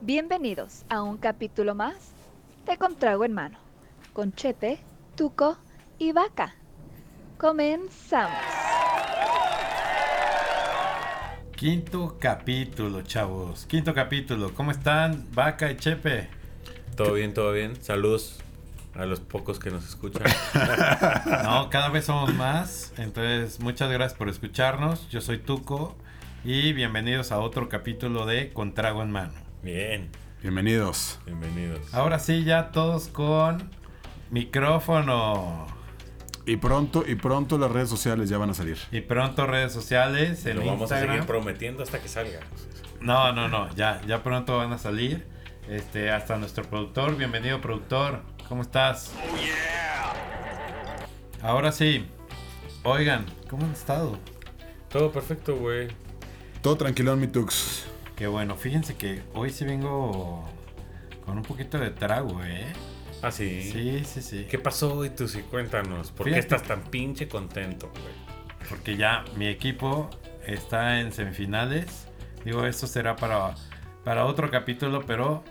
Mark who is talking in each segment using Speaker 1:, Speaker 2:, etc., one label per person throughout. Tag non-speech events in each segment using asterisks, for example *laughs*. Speaker 1: Bienvenidos a un capítulo más de Contrago en Mano, con Chepe, Tuco y Vaca. Comenzamos.
Speaker 2: Quinto capítulo, chavos. Quinto capítulo. ¿Cómo están, Vaca y Chepe?
Speaker 3: Todo bien, todo bien. Saludos a los pocos que
Speaker 2: *laughs*
Speaker 3: nos escuchan.
Speaker 2: No, cada vez somos más. Entonces, muchas gracias por escucharnos. Yo soy Tuco y bienvenidos a otro capítulo de Contrago en Mano.
Speaker 3: Bien,
Speaker 4: Bienvenidos.
Speaker 3: bienvenidos.
Speaker 2: Ahora sí, ya todos con micrófono.
Speaker 4: Y pronto, y pronto las redes sociales ya van a salir.
Speaker 2: Y pronto redes sociales, el
Speaker 3: Lo vamos a
Speaker 2: Instagram.
Speaker 3: seguir prometiendo hasta que salga.
Speaker 2: no, no, no, ya, ya pronto van a salir. Este, hasta nuestro productor. Bienvenido, productor. ¿Cómo estás?
Speaker 3: Oh,
Speaker 2: Ahora sí. Oigan, ¿cómo han estado?
Speaker 3: Todo perfecto, güey.
Speaker 4: Todo tranquilón, mi Tux.
Speaker 2: Qué bueno, fíjense que hoy sí vengo con un poquito de trago, ¿eh?
Speaker 3: Ah, sí.
Speaker 2: Sí, sí, sí.
Speaker 3: ¿Qué pasó hoy, tú? Sí, cuéntanos. ¿Por
Speaker 2: Fíjate.
Speaker 3: qué estás tan pinche contento, güey?
Speaker 2: Porque ya mi equipo está en semifinales. Digo, esto será para, para otro capítulo, pero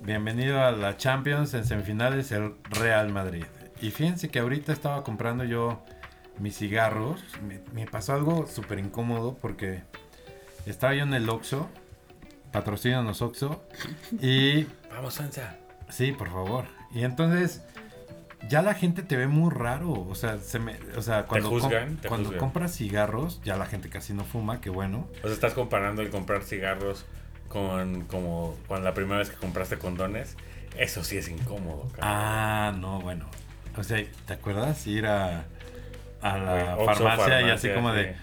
Speaker 2: bienvenido a la Champions en semifinales, el Real Madrid. Y fíjense que ahorita estaba comprando yo mis cigarros. Me, me pasó algo súper incómodo porque estaba yo en el Oxxo, patrocínanos Oxxo, y
Speaker 3: Vamos, Sansa.
Speaker 2: Sí, por favor. Y entonces, ya la gente te ve muy raro. O sea, se me, o sea cuando, com-
Speaker 3: juzgan, te
Speaker 2: cuando
Speaker 3: juzgan.
Speaker 2: compras cigarros, ya la gente casi no fuma, qué bueno.
Speaker 3: O sea, estás comparando el comprar cigarros con como con la primera vez que compraste condones. Eso sí es incómodo, cabrón.
Speaker 2: Ah, no, bueno. O sea, ¿te acuerdas ir a, a
Speaker 3: Güey,
Speaker 2: la
Speaker 3: Oxxo,
Speaker 2: farmacia, y así
Speaker 3: farmacia,
Speaker 2: como
Speaker 3: sí.
Speaker 2: de,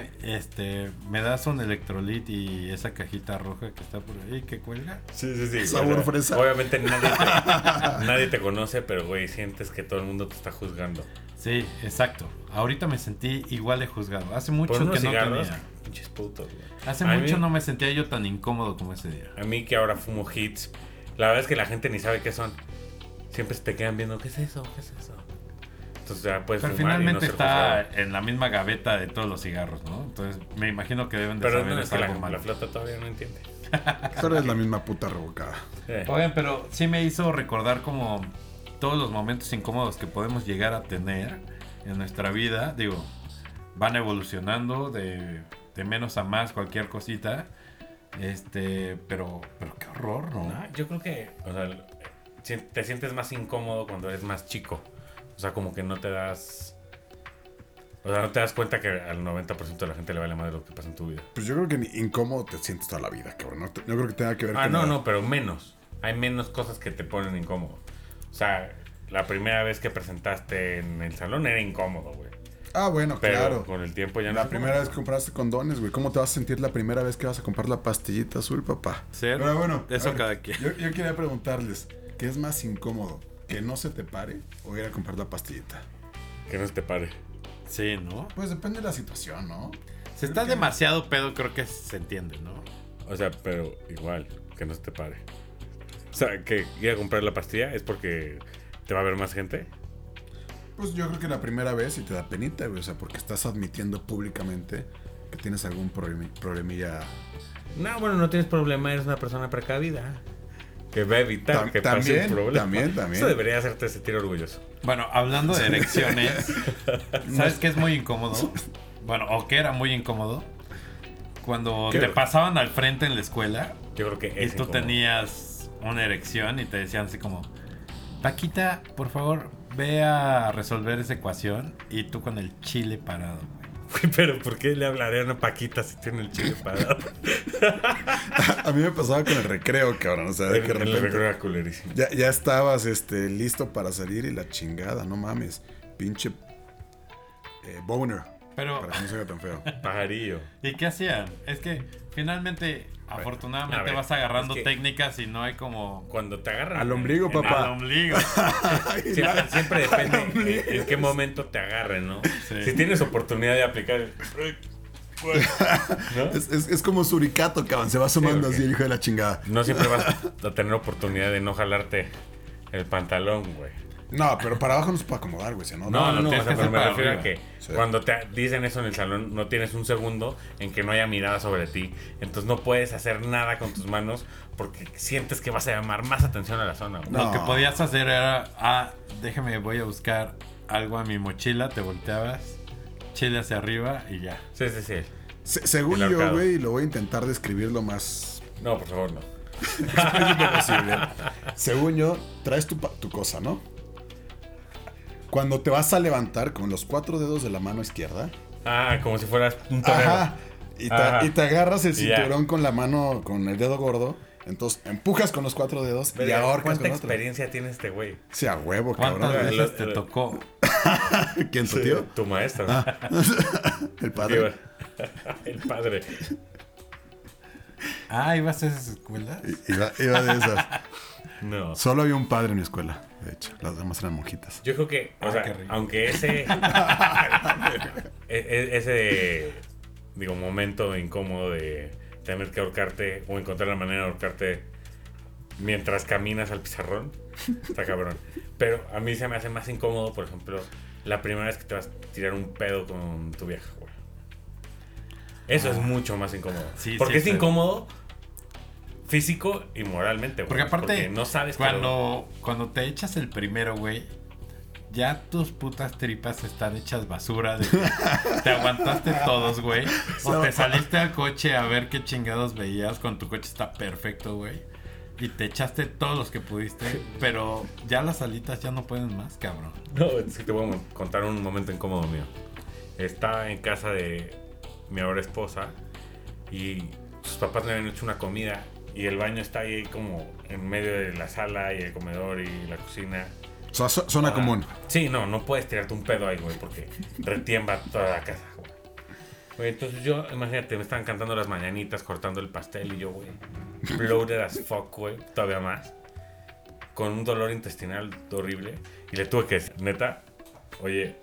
Speaker 2: oye, este, me das un electrolit y esa cajita roja que está por ahí que cuelga?
Speaker 3: Sí, sí, sí.
Speaker 4: Sabor fresa.
Speaker 3: Obviamente nadie
Speaker 2: *laughs*
Speaker 3: te, nadie te conoce, pero, güey, sientes que todo el mundo te está juzgando.
Speaker 2: Sí, exacto. Ahorita me sentí igual de juzgado. Hace mucho
Speaker 3: Por Pues unos
Speaker 2: que no
Speaker 3: cigarros,
Speaker 2: tenía.
Speaker 3: pinches putos, güey.
Speaker 2: Hace
Speaker 3: A mí-
Speaker 2: mucho no me sentía yo tan incómodo como ese día.
Speaker 3: A mí que ahora fumo hits, la verdad es que la gente ni sabe qué son. Siempre se te quedan viendo, ¿qué es eso? ¿Qué es eso? Entonces ya puedes
Speaker 2: Pero
Speaker 3: fumar
Speaker 2: finalmente
Speaker 3: y no ser
Speaker 2: está
Speaker 3: juzgado.
Speaker 2: en la misma gaveta de todos los cigarros, ¿no? Entonces me imagino que deben de
Speaker 3: Pero
Speaker 2: saber
Speaker 3: no, es
Speaker 2: es
Speaker 3: que la,
Speaker 2: algo malo.
Speaker 3: la flota todavía no entiende.
Speaker 4: Pero es la misma puta revocada.
Speaker 3: Eh,
Speaker 2: Oigan, pero sí me hizo recordar como todos los momentos incómodos que podemos llegar a tener en nuestra vida. Digo, van evolucionando de, de menos a más cualquier cosita. Este, pero, pero qué horror, ¿no?
Speaker 3: no, Ah, yo creo que o sea, el- si- te sientes más incómodo cuando eres más chico. O sea, como que no te das... O sea, no te das cuenta que al 90% de la gente le vale madre lo que pasa en tu vida.
Speaker 4: Pues yo creo que ni incómodo te sientes toda la vida, cabrón. No, te- no creo que tenga que ver
Speaker 3: Ah,
Speaker 4: con
Speaker 3: no,
Speaker 4: nada.
Speaker 3: no, pero menos. Hay menos cosas que te ponen incómodo. O sea, la primera vez que presentaste en el salón era incómodo, güey.
Speaker 4: Ah, bueno,
Speaker 3: Pero
Speaker 4: claro.
Speaker 3: con el tiempo ya no.
Speaker 4: La
Speaker 3: es
Speaker 4: primera vez que compraste condones, güey. ¿Cómo te vas a sentir la primera vez que vas a comprar la pastillita azul, papá?
Speaker 2: Ser-
Speaker 4: Pero bueno, a
Speaker 2: eso
Speaker 4: ver,
Speaker 2: cada quien.
Speaker 4: Yo, yo quería preguntarles, ¿qué es más incómodo? ¿Que no se te pare o ir a comprar la pastillita?
Speaker 3: incómodo. Que no se te pare.
Speaker 2: Sí, ¿no?
Speaker 4: Pues depende de la situación, ¿no?
Speaker 2: Si estás demasiado pedo, creo que se entiende, ¿no?
Speaker 3: O sea, pero igual, que no se te pare. O sea, que ir a comprar la pastilla es porque te va a ver más gente.
Speaker 4: Pues yo creo que la primera vez y te da penita, güey. O sea, porque estás admitiendo públicamente que tienes algún problemi- problemilla. *laughs*
Speaker 3: No, bueno, no tienes problema, eres una persona precavida. Que va a evitar
Speaker 4: Tam-
Speaker 3: que pase
Speaker 4: también,
Speaker 3: un problema.
Speaker 4: también, también.
Speaker 3: Eso debería hacerte sentir orgulloso.
Speaker 2: Bueno, hablando de
Speaker 3: *laughs*
Speaker 2: erecciones, ¿sabes qué es muy incómodo? Bueno, o que era muy incómodo. Cuando
Speaker 3: ¿Qué?
Speaker 2: te pasaban al frente en la escuela
Speaker 3: Yo creo que
Speaker 2: y
Speaker 3: es.
Speaker 2: tú
Speaker 3: incómodo.
Speaker 2: tenías una erección y te decían así como, Paquita, por favor, ve a resolver esa ecuación y tú con el chile parado. güey.
Speaker 3: Güey, Pero ¿por qué le hablaré a una paquita si tiene el chile
Speaker 4: *laughs*
Speaker 3: parado?
Speaker 4: A mí me pasaba con el recreo, cabrón. O sea, de que de
Speaker 3: El- el
Speaker 4: repente
Speaker 3: recreo era culerísimo.
Speaker 4: Ya, ya estabas este, listo para salir y la chingada, no mames. Pinche eh, boner.
Speaker 2: Pero,
Speaker 4: Para que no se vea
Speaker 3: *laughs*
Speaker 4: tan feo.
Speaker 3: Pajarillo.
Speaker 2: ¿y qué hacían? Es que finalmente, afortunadamente,
Speaker 3: a ver,
Speaker 2: vas agarrando
Speaker 3: es que-
Speaker 2: técnicas y no hay como...
Speaker 3: Cuando te agarran.
Speaker 4: Al ombligo,
Speaker 3: en-
Speaker 4: papá.
Speaker 2: Al ombligo.
Speaker 3: Siempre, siempre depende en, en qué momento te agarren, ¿no?
Speaker 2: Sí.
Speaker 3: Si tienes oportunidad de aplicar. el- ¿No?
Speaker 4: Es, es- es como suricato, cabrón. Se va sumando
Speaker 3: Sí, ok.
Speaker 4: así el hijo de la chingada.
Speaker 3: No siempre vas a tener oportunidad de no jalarte el pantalón, güey.
Speaker 4: No, pero para abajo no se puede acomodar, güey. Si no,
Speaker 3: No, no,
Speaker 2: no,
Speaker 3: tienes
Speaker 2: o sea,
Speaker 3: que hacer-
Speaker 2: pero
Speaker 3: me
Speaker 2: para
Speaker 3: refiero a
Speaker 2: arriba.
Speaker 3: que
Speaker 4: Sí.
Speaker 3: cuando te dicen eso en el salón, no tienes un segundo en que no haya mirada sobre ti. Entonces no puedes hacer nada con tus manos porque sientes que vas a llamar más atención a la zona. güey.
Speaker 4: No.
Speaker 2: Lo que podías hacer era, ah, déjame, voy a buscar algo a mi mochila, te volteabas, chile hacia arriba y ya.
Speaker 3: Sí, sí, sí.
Speaker 4: Se- según
Speaker 3: El
Speaker 4: yo,
Speaker 3: ahorcado.
Speaker 4: güey, lo voy a intentar describir lo más
Speaker 3: No, por favor, no.
Speaker 4: específico posible. Según yo, traes tu, pa- tu cosa, ¿no? Cuando te vas a levantar con los cuatro dedos de la mano izquierda,
Speaker 3: Ah, como si fueras un torero.
Speaker 4: Ajá. Y, te,
Speaker 3: Ajá.
Speaker 4: y te agarras el
Speaker 3: Y ya.
Speaker 4: cinturón con la mano, con el dedo gordo. Entonces empujas con los cuatro dedos y
Speaker 3: Verga,
Speaker 4: ahorcas
Speaker 3: ¿Cuánta
Speaker 4: con otro.
Speaker 3: experiencia tiene este güey?
Speaker 4: Sí, a huevo,
Speaker 2: ¿Cuántas
Speaker 4: cabrón.
Speaker 3: Ahora,
Speaker 2: veces
Speaker 3: lo-
Speaker 2: te tocó?
Speaker 4: ¿Quién tu
Speaker 3: *laughs*
Speaker 4: tío? Ah,
Speaker 3: Tu maestro.
Speaker 4: El
Speaker 3: Tío.
Speaker 4: padre.
Speaker 3: *laughs* El padre.
Speaker 2: Ah, ibas a esas escuelas.
Speaker 4: I- Iba, iba de esas.
Speaker 3: No.
Speaker 4: Solo había un padre en mi escuela, de hecho. Las demás eran monjitas.
Speaker 3: Yo creo que, o
Speaker 2: Ah,
Speaker 3: sea,
Speaker 2: qué rico.
Speaker 3: aunque ese.
Speaker 2: *laughs*
Speaker 3: e- e- ese, digo, momento incómodo de tener que ahorcarte o encontrar la manera de ahorcarte mientras caminas al pizarrón, está cabrón. Pero a mí se me hace más incómodo, por ejemplo, la primera vez que te vas a tirar un pedo con tu vieja, güey. Eso es mucho más incómodo.
Speaker 2: Ah. Sí, sí,
Speaker 3: porque es
Speaker 2: sí.
Speaker 3: incómodo físico y moralmente, güey.
Speaker 2: Porque aparte,
Speaker 3: no sabes que lo-
Speaker 2: cuando, cuando te echas el primero, güey, ya tus putas tripas están hechas basura.
Speaker 3: *laughs*
Speaker 2: De que te aguantaste todos, güey. O te saliste al coche a ver qué chingados veías. Con tu coche está perfecto, güey. Y te echaste todos los que pudiste. Pero ya las alitas ya no pueden más, cabrón.
Speaker 3: No, es que te voy a contar un momento incómodo mío. Estaba en casa de mi ahora esposa y sus papás le habían hecho una comida y el baño está ahí como en medio de la sala y el comedor y la cocina.
Speaker 4: O sea, so-
Speaker 3: Ah.
Speaker 4: zona común.
Speaker 3: Sí, no, no puedes tirarte un pedo ahí, güey, porque retiembra toda la casa, güey. Güey, entonces yo, imagínate, me estaban cantando las mañanitas, cortando el pastel y yo, güey, bloated as fuck, güey, todavía más, con un dolor intestinal horrible. Y le tuve que decir, neta, oye,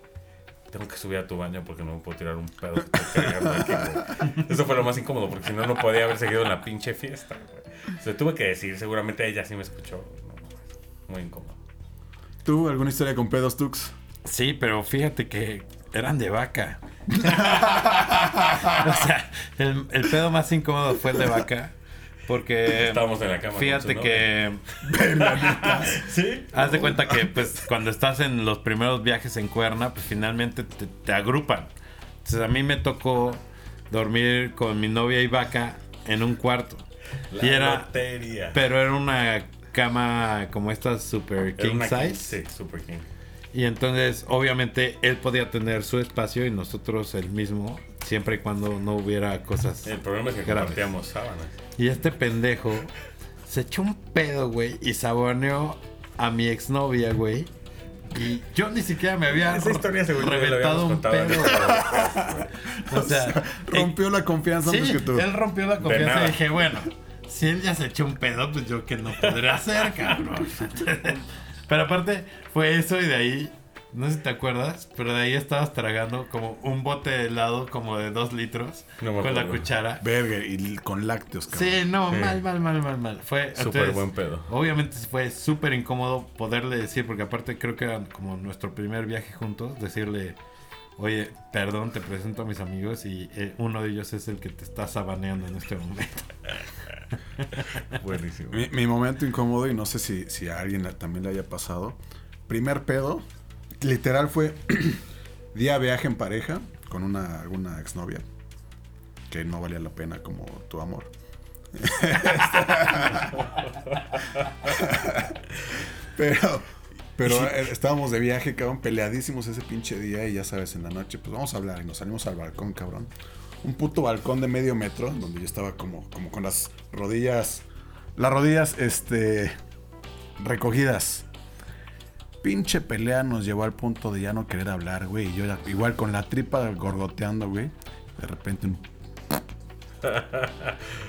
Speaker 3: tengo que subir a tu baño porque no me puedo tirar un pedo que estoy cargando aquí, güey. Eso fue lo más incómodo, porque si no, no podía haber seguido en la pinche fiesta, güey. Se tuve que decir, seguramente ella sí me escuchó. No, muy incómodo.
Speaker 4: ¿Tú alguna historia con pedos tux?
Speaker 2: Sí, pero fíjate que eran de vaca. o sea, el, el pedo más incómodo fue el de vaca. Porque.
Speaker 3: Estábamos en la cama. con
Speaker 2: Fíjate
Speaker 3: su
Speaker 2: que.
Speaker 3: novia. Sí.
Speaker 2: Haz de cuenta
Speaker 3: *laughs*
Speaker 2: que, pues, cuando estás en los primeros viajes en cuerna, pues finalmente te, te agrupan. Entonces, a mí me tocó dormir con mi novia y vaca en un cuarto.
Speaker 3: La
Speaker 2: y era.
Speaker 3: lotería.
Speaker 2: Pero era una cama como esta, super
Speaker 3: Era
Speaker 2: king
Speaker 3: una
Speaker 2: size.
Speaker 3: Sí, super king.
Speaker 2: Y entonces, obviamente, él podía tener su espacio y nosotros el mismo, siempre y cuando no hubiera cosas.
Speaker 3: El problema es que
Speaker 2: Graves.
Speaker 3: compartíamos sábanas.
Speaker 2: Y este pendejo se echó un pedo, güey, y saboneó a mi exnovia, güey. Y yo ni siquiera me había
Speaker 3: Esa historia seguro que la
Speaker 2: reventado
Speaker 3: habíamos
Speaker 2: un
Speaker 3: contado. en
Speaker 2: pedo.
Speaker 3: otro
Speaker 2: *laughs*
Speaker 3: podcast, güey.
Speaker 2: O
Speaker 4: *laughs*
Speaker 2: sea, eh,
Speaker 3: *laughs*
Speaker 4: Rompió la confianza
Speaker 2: sí,
Speaker 4: antes que tú.
Speaker 2: él rompió la
Speaker 3: De
Speaker 2: confianza
Speaker 3: nada.
Speaker 2: y dije, bueno, si él ya se echó un pedo, pues yo que no podré hacer, cabrón. *laughs* Pero aparte, fue eso y de ahí, no sé si te acuerdas, pero de ahí estabas tragando como un bote de helado como de dos litros
Speaker 3: No me
Speaker 2: con la
Speaker 3: acuerdo.
Speaker 2: cuchara.
Speaker 4: Verga, y l- con lácteos, cabrón.
Speaker 2: Sí, no,
Speaker 3: Sí.
Speaker 2: mal, mal, mal, mal, mal. Fue
Speaker 3: Súper
Speaker 2: entonces,
Speaker 3: buen pedo.
Speaker 2: Obviamente fue súper incómodo poderle decir, porque aparte creo que era como nuestro primer viaje juntos, decirle, oye, perdón, te presento a mis amigos y eh, uno de ellos es el que te está sabaneando en este momento.
Speaker 3: Buenísimo.
Speaker 4: Mi, mi momento incómodo, y no sé si, si a alguien la- también le haya pasado. Primer pedo, literal fue *clears throat* día viaje en pareja con una alguna exnovia que no valía la pena como tu amor. pero pero eh, estábamos de viaje, cabrón, peleadísimos ese pinche día y ya sabes, en la noche, pues vamos a hablar y nos salimos al balcón, cabrón. Un puto balcón de medio metro, donde yo estaba como, como con las rodillas, las rodillas, este, recogidas. Pinche pelea nos llevó al punto de ya no querer hablar, güey. Y yo ya- igual con la tripa gorgoteando, güey. De repente un... *laughs*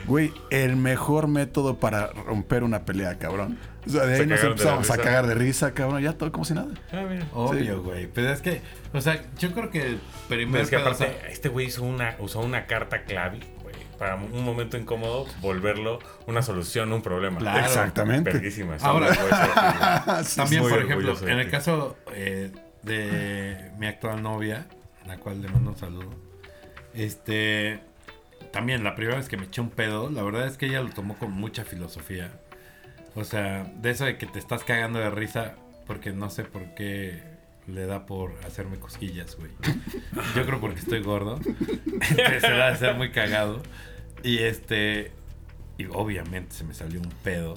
Speaker 4: Güey, el mejor método para romper una pelea, cabrón. O sea, de
Speaker 3: Se
Speaker 4: ahí nos
Speaker 3: cagaron de la
Speaker 4: empezamos a
Speaker 3: risa.
Speaker 4: cagar de risa, cabrón. Ya todo como si nada.
Speaker 3: Ah, mira.
Speaker 2: *laughs* Obvio, güey. Pero es que, o sea, yo creo que el primer
Speaker 3: es que
Speaker 2: pedo, o
Speaker 3: aparte,
Speaker 2: sea,
Speaker 3: este güey hizo una, usó una carta clave, güey. para un momento incómodo, volverlo una solución, un problema.
Speaker 2: Claro.
Speaker 4: Exactamente.
Speaker 3: Verguísima.
Speaker 2: Ahora-
Speaker 3: Ahora,
Speaker 2: *laughs*
Speaker 4: Ah, Sí,
Speaker 2: También,
Speaker 3: muy
Speaker 2: por ejemplo,
Speaker 3: orgulloso de
Speaker 2: en el
Speaker 3: ti.
Speaker 2: caso eh, de mi actual novia, la cual le mando un saludo, este, también la primera vez que me eché un pedo, la verdad es que ella lo tomó con mucha filosofía. O sea, de eso de que te estás cagando de risa porque no sé por qué le da por hacerme cosquillas, güey. Yo creo porque estoy gordo. *laughs* Entonces se da a ser muy cagado. Y este, y obviamente se me salió un pedo.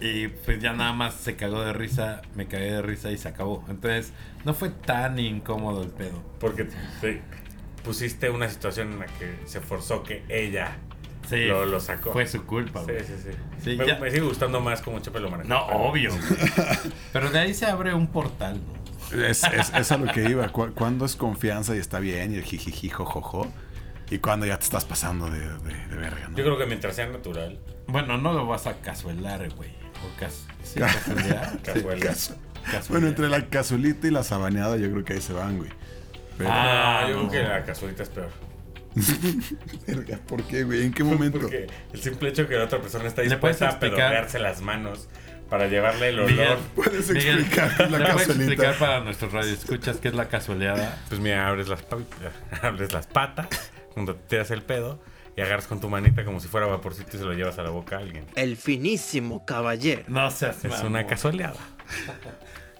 Speaker 2: Y pues ya nada más se cagó de risa, me cagué de risa y se acabó. Entonces, no fue tan incómodo el pedo.
Speaker 3: porque te pusiste una situación en la que se forzó que ella
Speaker 2: Sí,
Speaker 3: lo, lo sacó.
Speaker 2: fue su culpa,
Speaker 3: Sí,
Speaker 2: güey.
Speaker 3: sí, sí.
Speaker 2: Sí,
Speaker 3: me,
Speaker 2: ya-
Speaker 3: me sigue gustando más como Chepe lo maneja.
Speaker 2: No,
Speaker 3: Pero-
Speaker 2: obvio. güey. *laughs* Pero de ahí se abre un portal, ¿no?
Speaker 4: Es, es- es a lo que iba. Cu- Cuando es confianza y está bien y el jijiji, jojojo. Y cuando ya te estás pasando de, de- de verga, ¿no?
Speaker 3: Yo creo que mientras sea natural,
Speaker 2: Bueno, no lo vas a casuelar, güey. O cas sí,
Speaker 3: *laughs*
Speaker 2: casualidad.
Speaker 3: cazuela.
Speaker 4: Casu-
Speaker 2: Casualidad.
Speaker 4: Bueno, entre la casulita y la sabaneada, yo creo que ahí se van, güey. Pero,
Speaker 3: Ah,
Speaker 2: Ah,
Speaker 3: yo
Speaker 2: no.
Speaker 3: creo que la cazuelita es peor.
Speaker 4: verga, ¿por qué, güey? ¿En qué momento?
Speaker 3: Porque el simple hecho que la otra persona está
Speaker 2: ¿Le puedes
Speaker 3: dispuesta a
Speaker 2: explicar?
Speaker 3: pedorrearse las manos para llevarle el olor.
Speaker 2: Miguel,
Speaker 4: ¿Puedes
Speaker 2: Miguel,
Speaker 4: explicar la
Speaker 2: ¿le puedes
Speaker 4: cazuelita?
Speaker 2: explicar para nuestros radioescuchas qué es la casualidad?
Speaker 3: Pues mira, abres las, pa- *laughs* abres las patas, cuando te tiras el pedo, y agarras con tu manita como si fuera vaporcito y se lo llevas a la boca a alguien.
Speaker 5: El finísimo caballero.
Speaker 2: No seas
Speaker 3: Es
Speaker 2: mamón. *laughs*
Speaker 3: una cazueleada.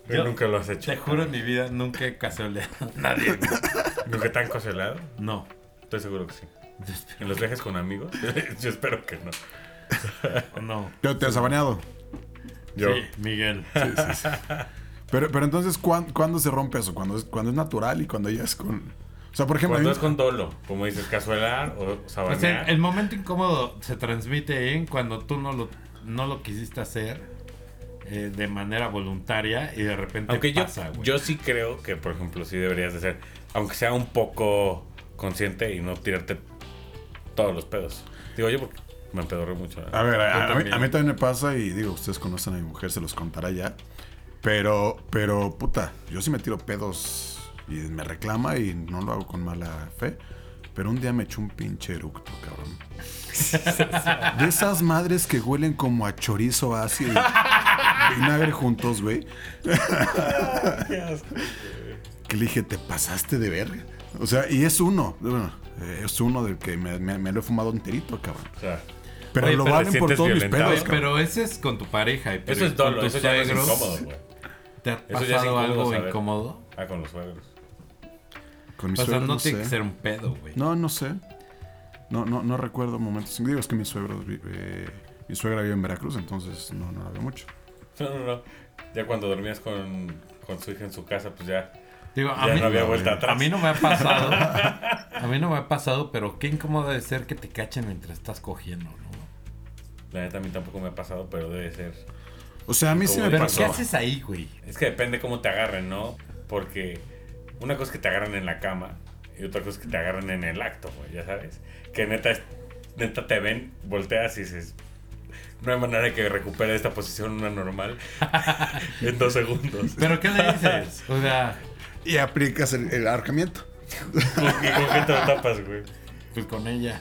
Speaker 3: Yo,
Speaker 2: Yo
Speaker 3: nunca lo has hecho.
Speaker 2: Te juro en mi vida nunca he casualeado a
Speaker 3: *laughs*
Speaker 2: nadie. güey.
Speaker 3: ¿Nunca te han cazueleado?
Speaker 2: No.
Speaker 3: Estoy seguro que sí. ¿En los viajes con amigos? *laughs* Yo espero que no.
Speaker 2: No.
Speaker 4: Yo te has sabaneado.
Speaker 3: Yo.
Speaker 2: Sí, Miguel.
Speaker 4: Sí, sí, sí. Pero, pero entonces, ¿cuán- ¿cuándo se rompe eso? Cuando es, cuando es natural y cuando ya es con. O sea, por ejemplo. a mí-
Speaker 3: Cuando es con dolo, como dices, cazuelar o
Speaker 2: O sea,
Speaker 3: sabanear.
Speaker 2: el momento incómodo se transmite en cuando tú no lo, no lo quisiste hacer eh, de manera voluntaria y de repente
Speaker 3: Aunque yo,
Speaker 2: pasa, güey.
Speaker 3: yo sí creo que, por ejemplo, sí deberías de ser, aunque sea un poco consciente y no tirarte todos los pedos. Digo yo porque me empedorré mucho.
Speaker 4: A ver, a, a mí,
Speaker 2: también.
Speaker 4: a mí también me pasa y digo, ustedes conocen a mi mujer, se los contará ya. Pero, pero, puta, yo sí me tiro pedos y me reclama y no lo hago con mala fe. Pero un día me echó un pinche eructo, cabrón. De esas madres que huelen como a chorizo ácido y vinagre juntos, güey. Que le dije, te pasaste de verga. O sea, y es uno. Bueno, eh, es uno del que me, me- me lo he fumado enterito, cabrón.
Speaker 3: O sea,
Speaker 4: Pero
Speaker 2: Oye,
Speaker 4: lo
Speaker 2: pero
Speaker 4: valen
Speaker 3: te
Speaker 4: por
Speaker 3: sientes
Speaker 4: todos mis
Speaker 3: violentado,
Speaker 4: pedos,
Speaker 2: Oye,
Speaker 3: ¿eh?
Speaker 4: cabrón.
Speaker 2: pero ese es con tu pareja. y- pero
Speaker 3: eso es
Speaker 2: ¿y con
Speaker 3: dolo,
Speaker 2: tus
Speaker 3: eso ya no es
Speaker 2: suegros?
Speaker 3: incómodo, güey.
Speaker 2: ¿Te ha
Speaker 3: Eso ya es
Speaker 2: pasado
Speaker 3: incómodo
Speaker 2: algo
Speaker 3: saber.
Speaker 2: incómodo?
Speaker 3: Ah, con los suegros. *laughs*
Speaker 4: Con
Speaker 2: O
Speaker 4: mis
Speaker 2: sea,
Speaker 4: suegros,
Speaker 2: no,
Speaker 4: no
Speaker 2: tiene
Speaker 4: sé.
Speaker 2: que ser un pedo, güey.
Speaker 4: No, no sé. No, no, no recuerdo momentos. Digo, es que mis suegros vi- eh, mi suegra vive en Veracruz, entonces no, no la veo mucho.
Speaker 3: No, no, no. Ya cuando dormías con, con su hija en su casa, pues ya,
Speaker 2: Digo, a,
Speaker 3: ya
Speaker 2: mí,
Speaker 3: no había vuelta
Speaker 4: güey.
Speaker 3: atrás.
Speaker 2: a mí no me ha
Speaker 3: *laughs*
Speaker 2: pasado. a mí no me ha pasado, pero qué incómodo de ser que te cachen mientras estás cogiendo, ¿no?
Speaker 3: La neta, a mí tampoco me ha pasado, pero debe ser.
Speaker 4: O sea, a mí sí me
Speaker 3: Pero,
Speaker 2: Pero
Speaker 4: pasó.
Speaker 2: ¿qué haces ahí, güey?
Speaker 3: Es que depende cómo te agarren, ¿no? Porque una cosa es que te agarran en la cama y otra cosa es que te agarran en el acto, güey, ya sabes. Que neta, es- neta te ven, volteas y dices, no hay manera de que recupere esta posición una normal *laughs* en dos
Speaker 4: *laughs*
Speaker 3: segundos.
Speaker 2: ¿Pero qué le dices? O sea,
Speaker 4: Y aplicas el, el ahorcamiento.
Speaker 3: ¿Con qué, con qué te lo tapas, güey?
Speaker 2: pues con ella.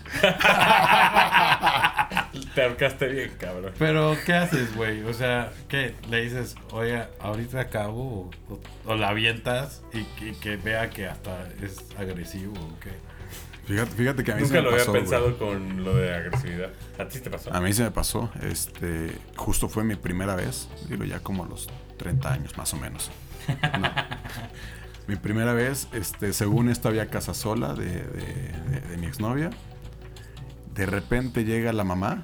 Speaker 3: Te ahorcaste bien, cabrón.
Speaker 2: Pero, ¿qué haces, güey? O sea, ¿qué? Le dices, oye, ahorita acabo, o, o la avientas y que, que vea que hasta es agresivo, ¿o qué?
Speaker 4: Fíjate, fíjate que a mí
Speaker 3: Nunca
Speaker 4: se me
Speaker 3: lo había
Speaker 4: pasó. güey.
Speaker 3: pensado con lo de agresividad. ¿A ti te pasó?
Speaker 4: A mí se me pasó. Este, justo fue mi primera vez. Digo, ya como a los 30 años, más o menos. No. mi primera vez, este, según esto había casa sola de, de- de- de mi exnovia. De repente llega la mamá.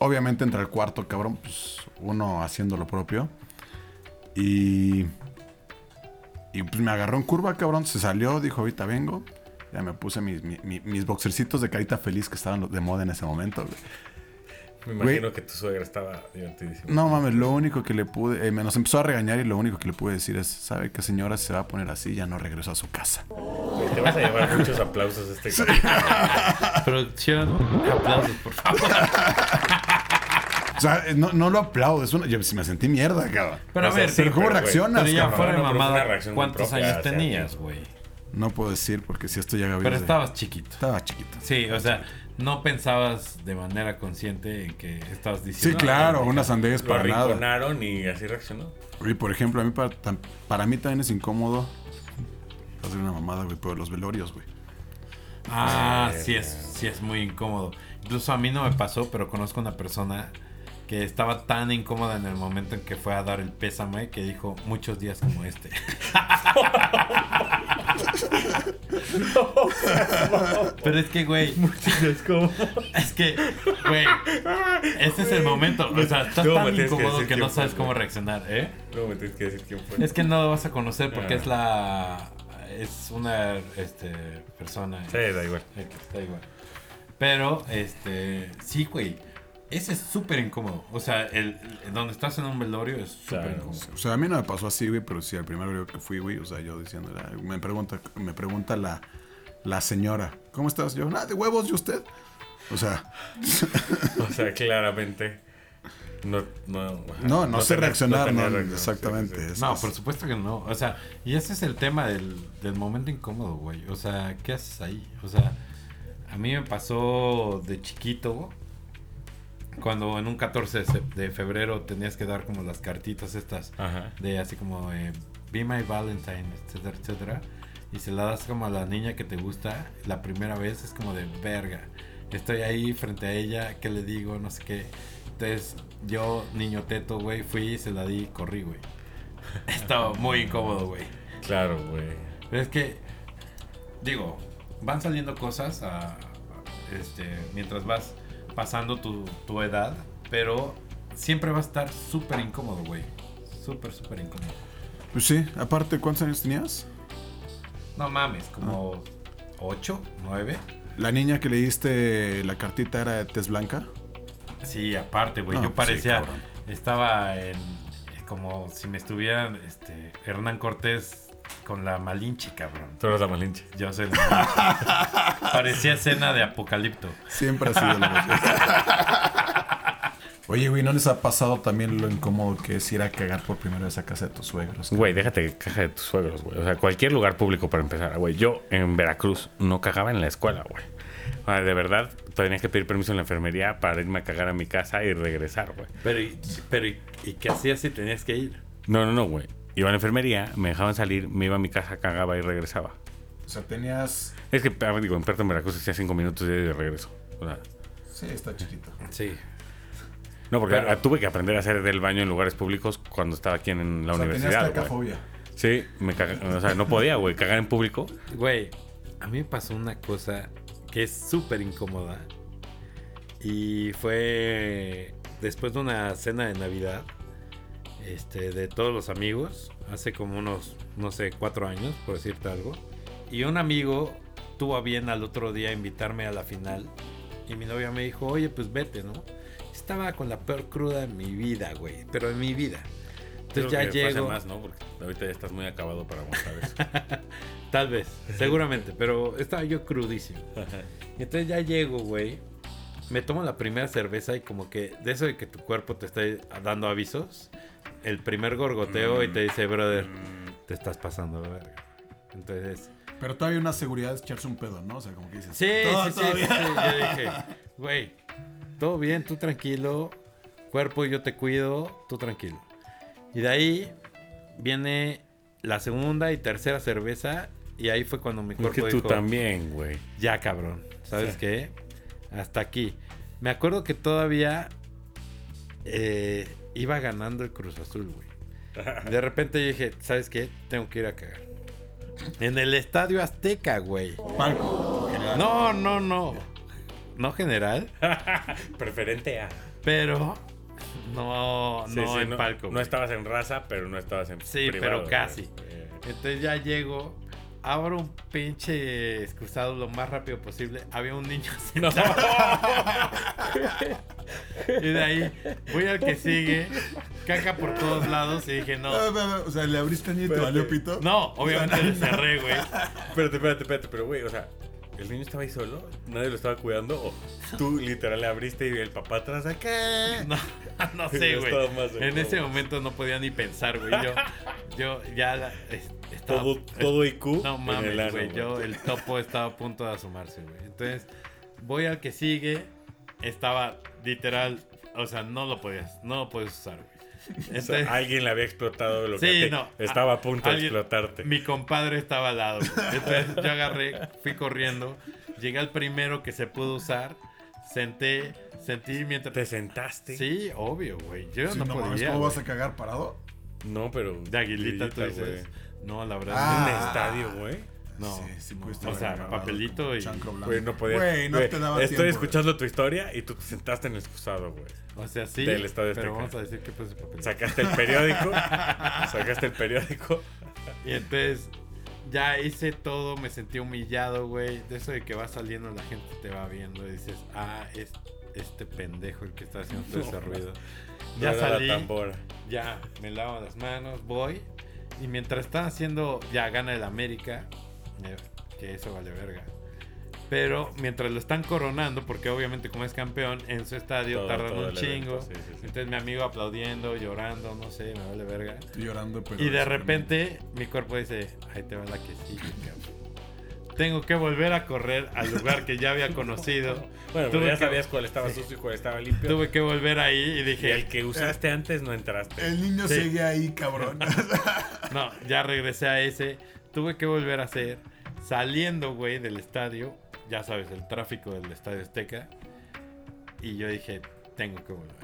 Speaker 4: Obviamente entra al cuarto, cabrón. Pues uno haciendo lo propio. Y. Y pues me agarró en curva, cabrón. Se salió, dijo, ahorita vengo. Ya me puse mis, mi- mi- mis boxercitos de carita feliz que estaban de moda en ese momento, güey.
Speaker 3: Me imagino que tu suegra estaba divertidísima.
Speaker 4: No mames, lo único que le pude. eh, me nos empezó a regañar y lo único que le pude decir es: ¿Sabe qué señora se va a poner así? Ya no regreso a su casa.
Speaker 3: Güey, Te vas a llevar muchos aplausos este capítulo.
Speaker 2: Producción, aplausos, por favor.
Speaker 4: O sea, eh, no, no lo aplaudo. Es una, yo sí me sentí mierda, cabrón.
Speaker 2: Pero a
Speaker 3: O sea,
Speaker 2: ver,
Speaker 3: sí,
Speaker 4: Pero ¿cómo
Speaker 3: pero, güey,
Speaker 4: reaccionas,
Speaker 2: pero ya
Speaker 4: cabrón?
Speaker 2: fuera de
Speaker 3: No, pero fue una
Speaker 2: mamada,
Speaker 3: reacción muy
Speaker 2: ¿cuántos
Speaker 3: propia
Speaker 2: años
Speaker 3: hacia
Speaker 2: tenías,
Speaker 3: ti?
Speaker 2: güey?
Speaker 4: No puedo decir porque si esto ya Gabriel.
Speaker 2: Pero estabas chiquito.
Speaker 4: Estaba chiquito.
Speaker 2: Sí, o sea, no pensabas de manera consciente en que estabas
Speaker 4: Sí,
Speaker 2: diciendo.
Speaker 4: claro,
Speaker 2: "Ah,
Speaker 4: unas sandez
Speaker 3: Lo
Speaker 4: para nada.
Speaker 3: arrinconaron y así reaccionó.
Speaker 4: Y por ejemplo, a mí para, tam- para mí también es incómodo hacer una mamada, güey, por los velorios, güey.
Speaker 2: Ah, sí
Speaker 3: Eh,
Speaker 2: es, sí es muy incómodo. Incluso a mí no me pasó, pero conozco una persona que estaba tan incómoda en el momento en que fue a dar el pésame que dijo muchos días como este. pero es que, güey,
Speaker 3: Es como.
Speaker 2: es que, güey, ese es el momento. O sea, estás
Speaker 3: No, me
Speaker 2: tan
Speaker 3: tienes que
Speaker 2: incómodo
Speaker 3: decir
Speaker 2: que
Speaker 3: quién
Speaker 2: no
Speaker 3: fue,
Speaker 2: sabes
Speaker 3: güey.
Speaker 2: cómo reaccionar, ¿eh?
Speaker 3: No me tienes que decir quién fue.
Speaker 2: Es que no lo vas a conocer porque
Speaker 3: Ah.
Speaker 2: es la. Es una este, persona.
Speaker 3: Sí, da igual.
Speaker 2: X, da igual. Pero, este. Sí, güey. Ese es súper incómodo. O sea, el, el- donde estás en un velorio es súper
Speaker 3: Claro.
Speaker 2: incómodo.
Speaker 4: O sea, a mí no me pasó así, güey, pero sí, al primer velorio que fui, güey, o sea, yo diciéndole, ah, me pregunta, me pregunta la, la señora, ¿cómo estás? Yo, nada, de huevos, ¿y usted? O sea,
Speaker 3: O sea, claramente. No, no,
Speaker 4: no, no, sé
Speaker 3: tenía-
Speaker 4: reaccionar,
Speaker 3: tenía
Speaker 4: no,
Speaker 3: reacción,
Speaker 4: exactamente.
Speaker 3: sí, sí, sí.
Speaker 4: es-
Speaker 2: No,
Speaker 4: es-
Speaker 2: por supuesto que no. O sea, y ese es el tema del, del momento incómodo, güey. O sea, ¿qué haces ahí? O sea, a mí me pasó de chiquito, cuando en un 14 de sep- de febrero tenías que dar como las cartitas estas
Speaker 3: Ajá.
Speaker 2: de así como eh, Be My Valentine, etcétera, etcétera. Y se la das como a la niña que te gusta la primera vez, es como de verga. Estoy ahí frente a ella, ¿qué le digo? No sé qué. Entonces, yo, niño teto, güey, fui, se la di y corrí, güey. *laughs* Estaba muy incómodo, güey.
Speaker 3: Claro, güey.
Speaker 2: Pero es que, digo, van saliendo cosas a- a- este, mientras vas pasando tu, tu edad, pero siempre va a estar súper incómodo, güey. Súper, súper incómodo.
Speaker 4: Pues sí, aparte, ¿cuántos años tenías?
Speaker 2: No mames, como 8, 9.
Speaker 4: La niña que leíste la cartita era de tez blanca.
Speaker 2: Sí, aparte, güey.
Speaker 4: No,
Speaker 2: yo
Speaker 4: pues sí,
Speaker 2: parecía.
Speaker 4: cabrón.
Speaker 2: estaba en. Como si me estuvieran este, Hernán Cortés con la Malinche, cabrón.
Speaker 3: Tú eres la malinche.
Speaker 2: Yo
Speaker 4: *laughs*
Speaker 2: soy la Malinche. Parecía escena de apocalipto.
Speaker 4: Siempre ha sido lo mismo.
Speaker 3: *laughs*
Speaker 4: Oye, güey, ¿no les ha pasado también lo incómodo que es ir a cagar por primera vez a casa de tus suegros?
Speaker 3: Güey, déjate caja de tus suegros, güey. O sea, cualquier lugar público para empezar, güey. Yo en Veracruz no cagaba en la escuela, güey. O sea, de verdad, tenía que pedir permiso en la enfermería para irme a cagar a mi casa y regresar, güey.
Speaker 2: Pero, pero ¿y qué hacías si tenías que ir?
Speaker 3: No, no, no, güey. Iba a la enfermería, me dejaban salir, me iba a mi casa, cagaba y regresaba.
Speaker 4: O sea, tenías.
Speaker 3: Es que, a ver, digo, en Puerto Veracruz hacía cinco minutos de ida y de regreso. O sea,
Speaker 4: Sí, está chiquito.
Speaker 2: Sí.
Speaker 3: no, porque
Speaker 2: Pero-
Speaker 3: a- tuve que aprender a hacer del baño en lugares públicos cuando estaba aquí en la universidad. güey. Sí, me caga- o sea, no podía, güey, cagar en público.
Speaker 2: Güey, a mí me pasó una cosa que es súper incómoda. Y fue después de una cena de Navidad, este, de todos los amigos, hace como unos, no sé, cuatro años, por decirte algo. Y un amigo tuvo a bien al otro día invitarme a la final. Y mi novia me dijo, oye, pues vete, ¿no? Estaba con la peor cruda de mi vida, güey, pero en mi vida. Entonces ya llego.
Speaker 3: más, ¿no? Porque ahorita ya estás muy acabado para aguantar
Speaker 2: *laughs*
Speaker 3: eso.
Speaker 2: Tal *laughs* vez, seguramente, pero estaba yo crudísimo. Y entonces ya llego, güey. Me tomo la primera cerveza y como que de eso de que tu cuerpo te está dando avisos, el primer gorgoteo y te dice, brother, te estás pasando de verga. Entonces,
Speaker 4: Pero todavía una seguridad es echarse un pedo, ¿no? O sea, como que dices.
Speaker 2: sí,
Speaker 4: "Todo-
Speaker 2: sí, sí,
Speaker 4: todo
Speaker 2: sí, *laughs*
Speaker 4: bien".
Speaker 2: sí, yo dije, güey, todo bien, tú tranquilo, cuerpo yo te cuido, tú tranquilo. Y de ahí viene la segunda y tercera cerveza y ahí fue cuando mi cuerpo
Speaker 3: Porque tú
Speaker 2: dijo,
Speaker 3: también, güey.
Speaker 2: ya cabrón, ¿sabes qué? Hasta aquí. Me acuerdo que todavía eh, iba ganando el Cruz Azul, güey. De repente yo dije, ¿sabes qué? Tengo que ir a cagar. En el Estadio Azteca, güey.
Speaker 4: Palco. general.
Speaker 2: No, no, no. No general,
Speaker 3: Preferente a.
Speaker 2: pero no, no en palco.
Speaker 3: No
Speaker 2: güey.
Speaker 3: estabas en raza, pero no estabas en
Speaker 2: Sí,
Speaker 3: privado,
Speaker 2: pero
Speaker 3: güey.
Speaker 2: casi.
Speaker 3: Eh,
Speaker 2: Entonces ya llego, abro un pinche excusado lo más rápido posible. Había un niño *laughs*
Speaker 3: *laughs*
Speaker 2: sentado. y de ahí voy al que sigue, caca por todos lados y dije, no.
Speaker 4: No, no, no, O sea, le abriste ni te valió pito.
Speaker 2: No, obviamente le cerré, güey.
Speaker 3: Espérate, espérate, espérate, pero güey, o sea, el niño estaba ahí solo, nadie lo estaba cuidando, o tú literal le abriste y el papá atrás acá.
Speaker 2: No, *laughs* no sé,
Speaker 3: Yo
Speaker 2: güey.
Speaker 3: estaba más de
Speaker 2: En ese
Speaker 3: huevos.
Speaker 2: momento no podía ni pensar, güey. Yo, Yo ya la- es- estaba-
Speaker 3: Todo, todo IQ.
Speaker 2: eh, No
Speaker 3: en
Speaker 2: mames,
Speaker 3: el ano,
Speaker 2: güey.
Speaker 3: güey.
Speaker 2: Yo, el topo estaba a punto de asomarse, güey. Entonces, voy al que sigue. Estaba literal. O sea, no lo podías. No lo puedes usar, güey.
Speaker 3: O sea,
Speaker 2: Entonces,
Speaker 3: alguien le había explotado lo que
Speaker 2: Sí,
Speaker 3: a ti
Speaker 2: no.
Speaker 3: estaba
Speaker 2: A-
Speaker 3: a punto
Speaker 2: alguien-
Speaker 3: de explotarte.
Speaker 2: mi compadre estaba al lado. güey. Entonces, yo agarré, fui corriendo. Llegué al primero que se pudo usar. Senté, sentí mientras.
Speaker 3: ¿Te sentaste?
Speaker 2: Sí, obvio, güey. Yo
Speaker 4: Sí,
Speaker 2: no,
Speaker 4: no mames,
Speaker 2: podía.
Speaker 4: ¿Cómo
Speaker 2: güey.
Speaker 4: vas a cagar parado?
Speaker 3: No, pero.
Speaker 2: De aguilita, tú
Speaker 3: güey.
Speaker 2: dices. No, la verdad.
Speaker 4: Ah,
Speaker 3: En un estadio, güey.
Speaker 2: no.
Speaker 4: Sí, sí
Speaker 2: no.
Speaker 4: pudiste
Speaker 2: o
Speaker 4: haber
Speaker 2: sea,
Speaker 4: grabado
Speaker 2: papelito
Speaker 4: como
Speaker 2: y.
Speaker 4: chancro blanco.
Speaker 3: Güey, no podías.
Speaker 4: Güey, no
Speaker 3: güey,
Speaker 4: te daba
Speaker 3: Estoy
Speaker 4: tiempo,
Speaker 3: escuchando tu historia y tú te sentaste en el excusado, güey.
Speaker 2: O sea, sí.
Speaker 3: Del Estadio
Speaker 2: pero
Speaker 3: Azteca.
Speaker 2: vamos a decir que pues papelito.
Speaker 3: Sacaste el
Speaker 2: *laughs*
Speaker 3: periódico. sacaste el periódico.
Speaker 2: Y entonces ya hice todo, me sentí humillado, güey. De eso de que va saliendo la gente te va viendo y dices, ah, es este pendejo el que está haciendo todo ese
Speaker 3: No.
Speaker 2: ruido.
Speaker 3: No
Speaker 2: ya
Speaker 3: era
Speaker 2: salí,
Speaker 3: La tambora.
Speaker 2: ya me lavo las manos, voy. Y mientras están haciendo, ya gana el América, eh, que eso vale verga. Pero mientras lo están coronando, porque obviamente como es campeón, en su estadio
Speaker 3: Todo-
Speaker 2: tardan
Speaker 3: todo
Speaker 2: un
Speaker 3: el
Speaker 2: chingo.
Speaker 3: evento, sí, sí, sí.
Speaker 2: Entonces mi amigo aplaudiendo, llorando, no sé, me vale verga.
Speaker 4: Estoy llorando, pero.
Speaker 2: Y de repente mi cuerpo dice, ahí te va la que sigue, cabrón. Tengo que volver a correr al lugar que ya había
Speaker 3: *laughs*
Speaker 2: conocido.
Speaker 3: Bueno, pero
Speaker 2: Tuve
Speaker 3: ya
Speaker 2: que-
Speaker 3: sabías cuál estaba sucio y cuál estaba limpio.
Speaker 2: Tuve que volver ahí y
Speaker 3: Y el
Speaker 2: dije,
Speaker 3: que usaste antes no entraste.
Speaker 4: El niño
Speaker 2: Sí.
Speaker 4: sigue ahí,
Speaker 2: *laughs*
Speaker 4: cabrón. *laughs*
Speaker 2: no, ya regresé a ese. Tuve que volver a hacer. Saliendo, güey, del estadio. Ya sabes, el tráfico del estadio Azteca. Y yo dije, tengo que volver.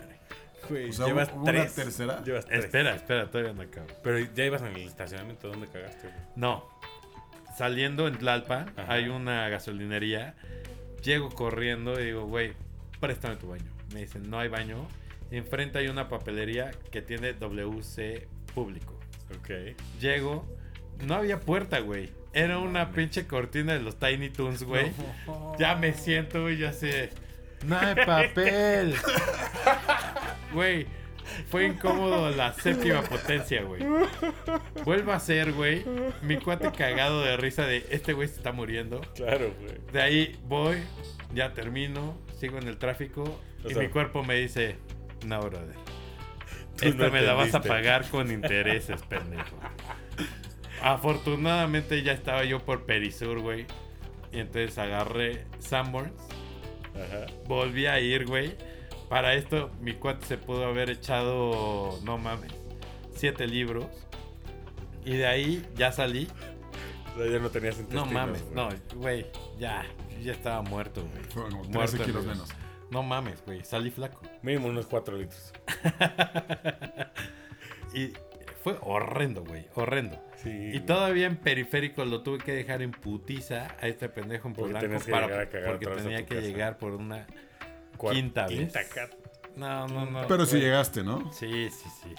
Speaker 3: Güey,
Speaker 4: O sea,
Speaker 3: llevas
Speaker 4: ¿hubo una
Speaker 3: tres.
Speaker 4: tercera?
Speaker 3: Llevas tres.
Speaker 2: Espera, espera, todavía no acabo.
Speaker 3: Pero ya ibas en el estacionamiento donde cagaste, güey.
Speaker 2: No. Saliendo en Tlalpa,
Speaker 3: Ajá.
Speaker 2: hay una gasolinería. Llego corriendo y digo, güey, préstame tu baño. Me dicen, no hay baño. Enfrente hay una papelería que tiene WC público.
Speaker 3: Ok.
Speaker 2: Llego, no había puerta, güey. Era una
Speaker 3: Mames.
Speaker 2: pinche cortina de los Tiny Toons, güey. Ya me siento, güey, ya sé. No hay papel. Güey, fue incómodo la séptima potencia, güey. Vuelvo a ser, güey. Mi cuate cagado de risa de este güey se está muriendo.
Speaker 3: Claro, güey.
Speaker 2: De ahí voy, ya termino, sigo en el tráfico
Speaker 3: O
Speaker 2: y
Speaker 3: sea-
Speaker 2: mi cuerpo me dice, no, brother.
Speaker 3: Tú
Speaker 2: Esta
Speaker 3: no
Speaker 2: me la vas a
Speaker 3: entendiste.
Speaker 2: pagar con intereses, pendejo. Afortunadamente ya estaba yo por Perisur, güey. Y entonces agarré Sanborns.
Speaker 3: Ajá.
Speaker 2: Volví a ir, güey. Para esto, mi cuate se pudo haber echado, no mames, siete libros. Y de ahí ya salí.
Speaker 3: O sea, ya no tenías
Speaker 2: No
Speaker 3: intestinos,
Speaker 2: mames,
Speaker 3: güey.
Speaker 2: no, güey, ya, yo ya estaba muerto, güey.
Speaker 4: Fueron como
Speaker 2: Muerto,
Speaker 4: 13 kilos
Speaker 2: güey.
Speaker 4: menos.
Speaker 2: No mames, güey, salí flaco.
Speaker 3: Mínimo unos 4 litros.
Speaker 2: Y fue horrendo, güey, horrendo.
Speaker 3: Sí.
Speaker 2: Y
Speaker 3: güey.
Speaker 2: todavía en periférico lo tuve que dejar en putiza a este pendejo en
Speaker 3: Porque
Speaker 2: Polanco
Speaker 3: tenías que
Speaker 2: para,
Speaker 3: llegar a cagar
Speaker 2: porque
Speaker 3: otra vez a
Speaker 2: tenía
Speaker 3: tu
Speaker 2: que
Speaker 3: casa.
Speaker 2: llegar por una...
Speaker 3: Cuar-
Speaker 2: quinta vez.
Speaker 3: Quinta cat.
Speaker 2: No, no, no.
Speaker 4: Pero si
Speaker 2: güey.
Speaker 4: llegaste, ¿no?
Speaker 2: Sí, sí, sí.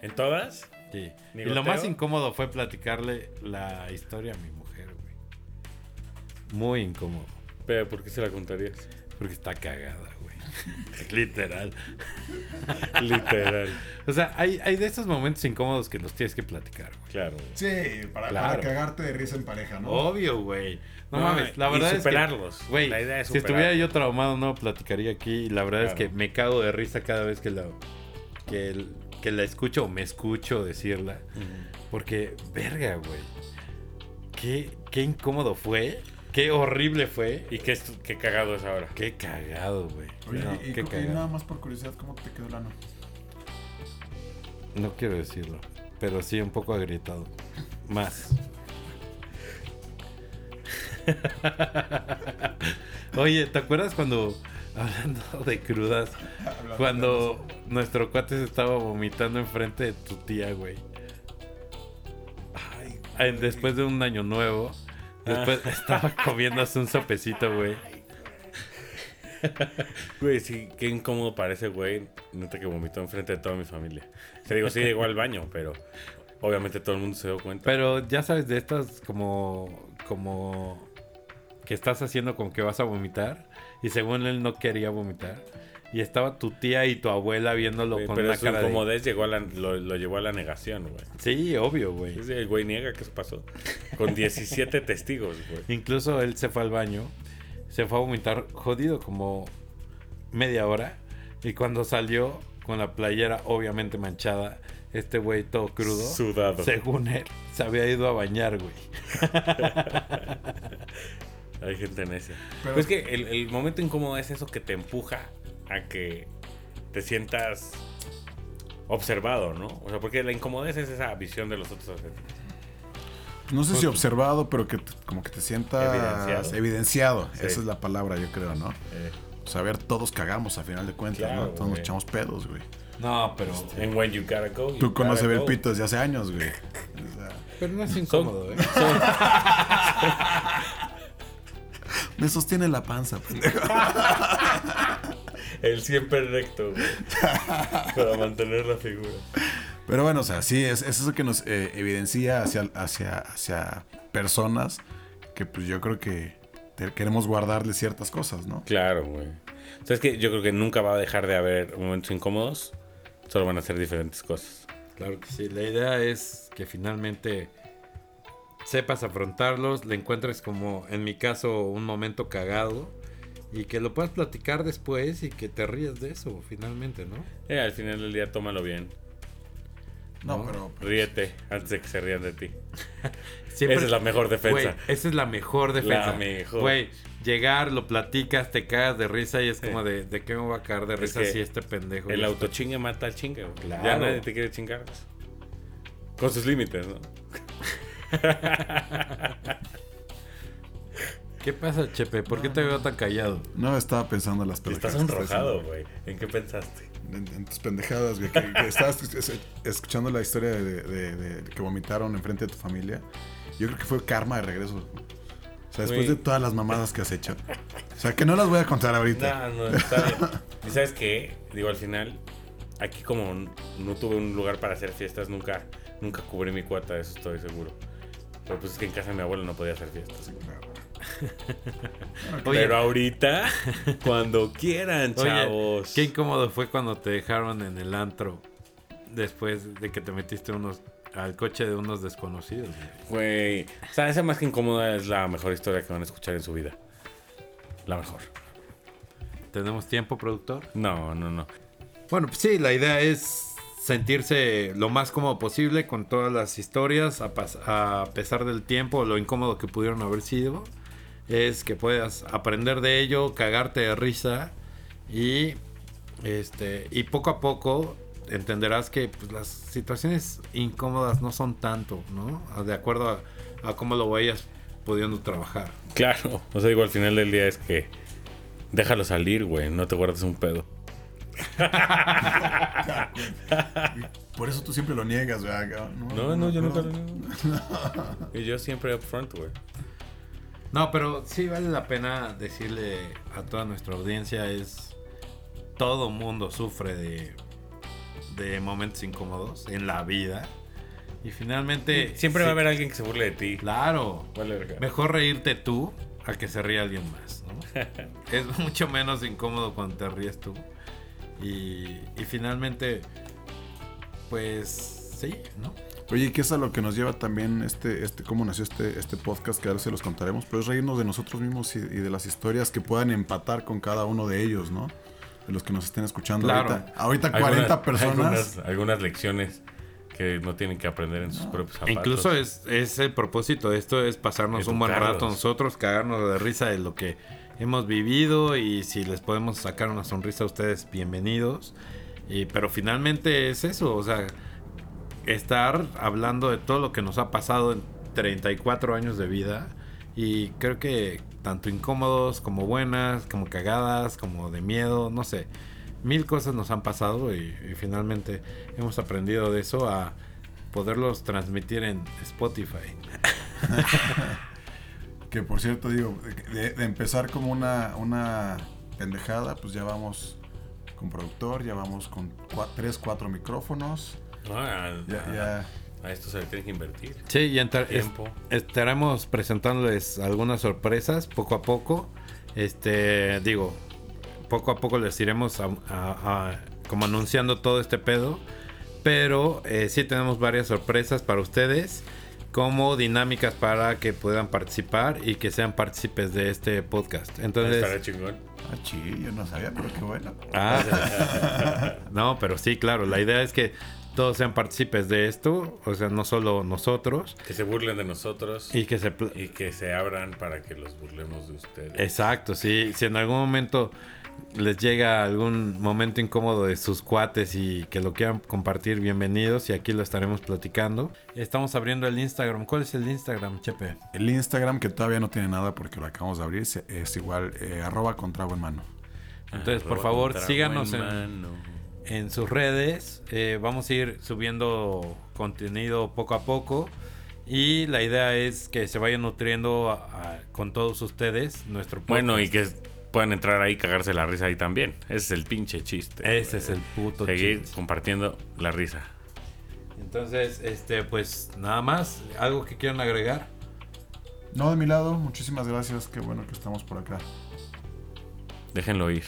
Speaker 3: ¿En todas?
Speaker 2: Sí. Y
Speaker 3: ¿Nigoteo?
Speaker 2: lo más incómodo fue platicarle la historia a mi mujer, güey. Muy incómodo.
Speaker 3: Pero ¿por qué se la *laughs* contarías?
Speaker 2: Porque está cagada, güey. *laughs* Literal.
Speaker 3: Literal.
Speaker 2: O sea, hay, hay de esos momentos incómodos que nos tienes que platicar, güey.
Speaker 3: Claro. güey.
Speaker 4: Sí, para,
Speaker 2: Claro. Oh,
Speaker 4: cagarte de risa en pareja,
Speaker 2: Obvio, güey. No,
Speaker 3: No,
Speaker 2: mames, la
Speaker 3: y
Speaker 2: verdad es que.
Speaker 3: superarlos.
Speaker 2: Güey,
Speaker 3: La idea es
Speaker 2: si estuviera yo
Speaker 3: superarlos.
Speaker 2: traumado, no platicaría aquí. Y la verdad es que
Speaker 3: Claro.
Speaker 2: me cago de risa cada vez que la, que, el- que la escucho o me escucho decirla. Porque, verga, güey. Qué, qué incómodo fue. Qué horrible fue.
Speaker 3: ¿Y qué, estu- qué cagado es ahora?
Speaker 2: Qué cagado, güey.
Speaker 4: Oye,
Speaker 2: No,
Speaker 4: y, y-
Speaker 2: qué
Speaker 4: y
Speaker 2: cagado.
Speaker 4: nada más por curiosidad, ¿cómo te quedó el ano?
Speaker 2: No quiero decirlo, pero sí un poco agrietado. Más. *laughs* Oye, ¿te acuerdas cuando, hablando de crudas,
Speaker 4: *laughs* Hablando de
Speaker 2: cuando nuestro cuate se estaba vomitando enfrente de tu tía, güey?
Speaker 4: Ay,
Speaker 2: En- Después de un año nuevo, después estaba comiéndose un sopecito, güey.
Speaker 3: Güey, sí, qué incómodo parece, güey. Neta que vomitó enfrente de toda mi familia. Te digo, sí llegó al baño, pero obviamente todo el mundo se dio cuenta.
Speaker 2: Pero ya sabes, de estas como. como. que estás haciendo con que vas a vomitar. Y según él no quería vomitar. Y estaba tu tía y tu abuela viéndolo
Speaker 3: Güey,
Speaker 2: con
Speaker 3: pero
Speaker 2: una
Speaker 3: su
Speaker 2: cara de-
Speaker 3: incomodez llegó a la- lo, lo llevó a la negación, güey.
Speaker 2: Sí, obvio, güey.
Speaker 3: Sí, sí, El güey niega que eso pasó. Con *laughs* 17 testigos, güey.
Speaker 2: Incluso él se fue al baño. Se fue a vomitar jodido como media hora. Y cuando salió con la playera obviamente manchada Este güey todo crudo.
Speaker 3: Sudado.
Speaker 2: Según él, se había ido a bañar, güey.
Speaker 3: Hay gente necia. Pero Pues es que el, el momento incómodo es eso que te empuja a que te sientas observado, ¿no? O sea, porque la incomodez es esa visión de los otros. hacia ti.
Speaker 4: No sé si observado, pero que te- como que te sientas
Speaker 3: Pues, Evidenciado.
Speaker 4: evidenciado.
Speaker 3: Sí.
Speaker 4: Esa es la palabra, yo creo, ¿no?
Speaker 3: Eh,
Speaker 4: O sea, a ver, todos cagamos a final de cuentas,
Speaker 3: Claro,
Speaker 4: ¿no? Todos nos
Speaker 3: güey.
Speaker 4: echamos pedos, güey.
Speaker 2: No, pero.
Speaker 3: And when you gotta go. you
Speaker 4: Tú conoces a
Speaker 3: gotta
Speaker 4: Bel
Speaker 3: go.
Speaker 4: Pito desde hace años,
Speaker 3: *laughs*
Speaker 4: güey.
Speaker 6: Pero no es incómodo, ¿eh?
Speaker 4: Me sostiene la panza, pendejo.
Speaker 3: El siempre recto,
Speaker 4: *laughs*
Speaker 3: güey. Para mantener la figura.
Speaker 4: Pero bueno, o sea, sí, es, es eso que nos eh, evidencia hacia, hacia, hacia personas que pues yo creo que te- queremos guardarle ciertas cosas, ¿no?
Speaker 3: Claro, güey. O sea, es que yo creo que nunca va a dejar de haber momentos incómodos. Solo van a ser diferentes cosas.
Speaker 2: Claro que sí. La idea es que finalmente sepas afrontarlos, le encuentres como, en mi caso, un momento cagado y que lo puedas platicar después y que te rías de eso, finalmente, ¿no?
Speaker 3: Eh, al final del día, tómalo bien.
Speaker 4: No, pero...
Speaker 3: Ríete antes de que se rían de ti.
Speaker 2: Siempre-
Speaker 3: Esa es la mejor defensa.
Speaker 2: Güey, esa es la mejor defensa.
Speaker 3: La mejor.
Speaker 2: Güey, llegar, lo platicas, te cagas de risa y es como de, ¿de qué me voy a cagar de risa
Speaker 3: que
Speaker 2: si este pendejo?
Speaker 3: El
Speaker 2: ya
Speaker 3: autochingue mata al chingue. güey.
Speaker 2: Claro.
Speaker 3: Ya nadie te quiere chingar. pues. Con sus límites, ¿no? *laughs*
Speaker 2: está- ¿Qué pasa, Chepe? ¿Por qué te veo tan callado?
Speaker 4: No, estaba pensando en las
Speaker 3: Si estás
Speaker 4: pendejadas. que estás
Speaker 3: sonrojado, güey. ¿En qué pensaste?
Speaker 4: en, en tus pendejadas, güey. Que, que estabas *laughs* es- es- escuchando la historia de, de- de- de que vomitaron enfrente de tu familia. Yo creo que fue karma de regreso. O sea, después
Speaker 3: Güey.
Speaker 4: de todas las mamadas que has hecho. O sea, que no las voy a contar ahorita.
Speaker 3: No, no, está bien. ¿Y sabes qué? Digo, al final, aquí como n- no tuve un lugar para hacer fiestas, nunca, nunca cubrí mi cuota, de eso estoy seguro. Pero pues es que en casa de mi abuelo no podía hacer fiestas.
Speaker 2: Oye,
Speaker 3: Pero ahorita,
Speaker 2: *laughs*
Speaker 3: cuando quieran,
Speaker 2: oye,
Speaker 3: chavos.
Speaker 2: qué incómodo fue cuando te dejaron en el antro después de que te metiste unos al coche de unos desconocidos. güey.
Speaker 3: Güey. O sea, esa más que incómoda es la mejor historia que van a escuchar en su vida. La mejor.
Speaker 2: ¿Tenemos tiempo, productor?
Speaker 3: No, no, no.
Speaker 2: Bueno, pues sí, la idea es sentirse lo más cómodo posible con todas las historias, a, pas- a pesar del tiempo, lo incómodo que pudieron haber sido. Es que puedas aprender de ello, cagarte de risa y, este, y poco a poco entenderás que pues, las situaciones incómodas no son tanto, ¿no? A- De acuerdo a, a cómo lo vayas pudiendo trabajar.
Speaker 3: Claro. O sea, digo, al final del día es que déjalo salir, güey. No te guardes un pedo.
Speaker 4: Por eso tú siempre lo niegas, ¿verdad? cabrón?
Speaker 3: No, no, yo nunca lo Y yo siempre upfront, güey.
Speaker 2: No, pero sí vale la pena decirle a toda nuestra audiencia es todo mundo sufre de, de momentos incómodos en la vida y finalmente
Speaker 3: Siempre
Speaker 2: sí,
Speaker 3: va a haber alguien que se burle de ti.
Speaker 2: claro
Speaker 3: Vale, verga.
Speaker 2: mejor reírte tú a que se ría alguien más ¿no?
Speaker 3: *laughs*
Speaker 2: es mucho menos incómodo cuando te ríes tú y, y finalmente pues sí no
Speaker 4: Oye, que es a lo que nos lleva también este, este, cómo nació este, este podcast, que ahora se los contaremos, pero es reírnos de nosotros mismos y, y de las historias que puedan empatar con cada uno de ellos, ¿no? De los que nos estén escuchando
Speaker 2: Claro.
Speaker 4: ahorita. Ahorita 40
Speaker 3: Algunas-
Speaker 4: personas.
Speaker 3: Algunas, algunas lecciones que no tienen que aprender en sus propios zapatos.
Speaker 2: Incluso es, es el propósito de esto, es pasarnos un buen
Speaker 3: Educarlos.
Speaker 2: rato nosotros, cagarnos de risa de lo que hemos vivido y si les podemos sacar una sonrisa a ustedes, bienvenidos. Y, pero finalmente es eso, o sea, estar hablando de todo lo que nos ha pasado en 34 años de vida y creo que tanto incómodos como buenas, como cagadas, como de miedo, no sé. Mil cosas nos han pasado y, y finalmente hemos aprendido de eso a poderlos transmitir en Spotify.
Speaker 4: Que por cierto, digo, de, de empezar como una, una pendejada, pues ya vamos con productor, ya vamos con 3, 4 micrófonos.
Speaker 3: No, a,
Speaker 4: Ya,
Speaker 3: a-
Speaker 4: ya.
Speaker 3: a esto se le tiene que invertir.
Speaker 2: Sí, y enta- es-
Speaker 3: Tiempo.
Speaker 2: estaremos presentándoles algunas sorpresas poco a poco. Este, digo, poco a poco les iremos a- a- a- como anunciando todo este pedo. Pero eh, sí tenemos varias sorpresas para ustedes, como dinámicas para que puedan participar y que sean partícipes de este podcast.
Speaker 3: Estará
Speaker 2: Entonces,
Speaker 3: chingón. *laughs*
Speaker 4: Ah,
Speaker 2: *laughs*
Speaker 4: sí, yo no sabía, pero qué bueno.
Speaker 2: ah, no, pero sí, claro, la idea es que todos sean partícipes de esto, o sea, no solo nosotros,
Speaker 3: Que se burlen de nosotros
Speaker 2: y
Speaker 3: y,
Speaker 2: que se... pl-
Speaker 3: que se abran para que los burlemos de ustedes.
Speaker 2: Eh, Exacto, sí. Si en algún momento les llega algún momento incómodo de sus cuates y que lo quieran compartir, bienvenidos y aquí lo estaremos platicando. Estamos abriendo el Instagram. ¿Cuál es el Instagram, Chepe?
Speaker 4: El Instagram, que todavía no tiene nada porque lo acabamos de abrir, se- es igual, eh, arroba con trago en mano.
Speaker 2: Entonces, por
Speaker 3: Arroba
Speaker 2: favor,
Speaker 3: con trago
Speaker 2: síganos
Speaker 3: en
Speaker 2: en,
Speaker 3: Ah, mano.
Speaker 2: en sus redes. Eh, vamos a ir subiendo contenido poco a poco. Y la idea es que se vaya nutriendo a- a- con todos ustedes nuestro
Speaker 3: Bueno, y
Speaker 2: podcast.
Speaker 3: que puedan entrar ahí y cagarse la risa ahí también. Ese es el pinche chiste.
Speaker 2: Ese
Speaker 3: güey.
Speaker 2: es el puto
Speaker 3: Seguir
Speaker 2: chiste.
Speaker 3: compartiendo la risa.
Speaker 2: Entonces, este, pues nada más. ¿Algo que quieran agregar?
Speaker 4: No, de mi lado, muchísimas gracias, qué bueno que estamos por acá.
Speaker 3: Déjenlo ir.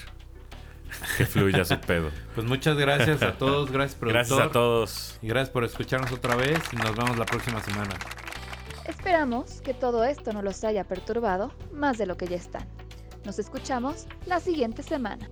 Speaker 3: Que fluya su pedo.
Speaker 2: Pues muchas gracias a todos. Gracias, productor.
Speaker 3: *laughs* Gracias a todos.
Speaker 2: Y gracias por escucharnos otra vez. Y nos vemos la próxima semana.
Speaker 1: Esperamos que todo esto no los haya perturbado más de lo que ya están. Nos escuchamos la siguiente semana.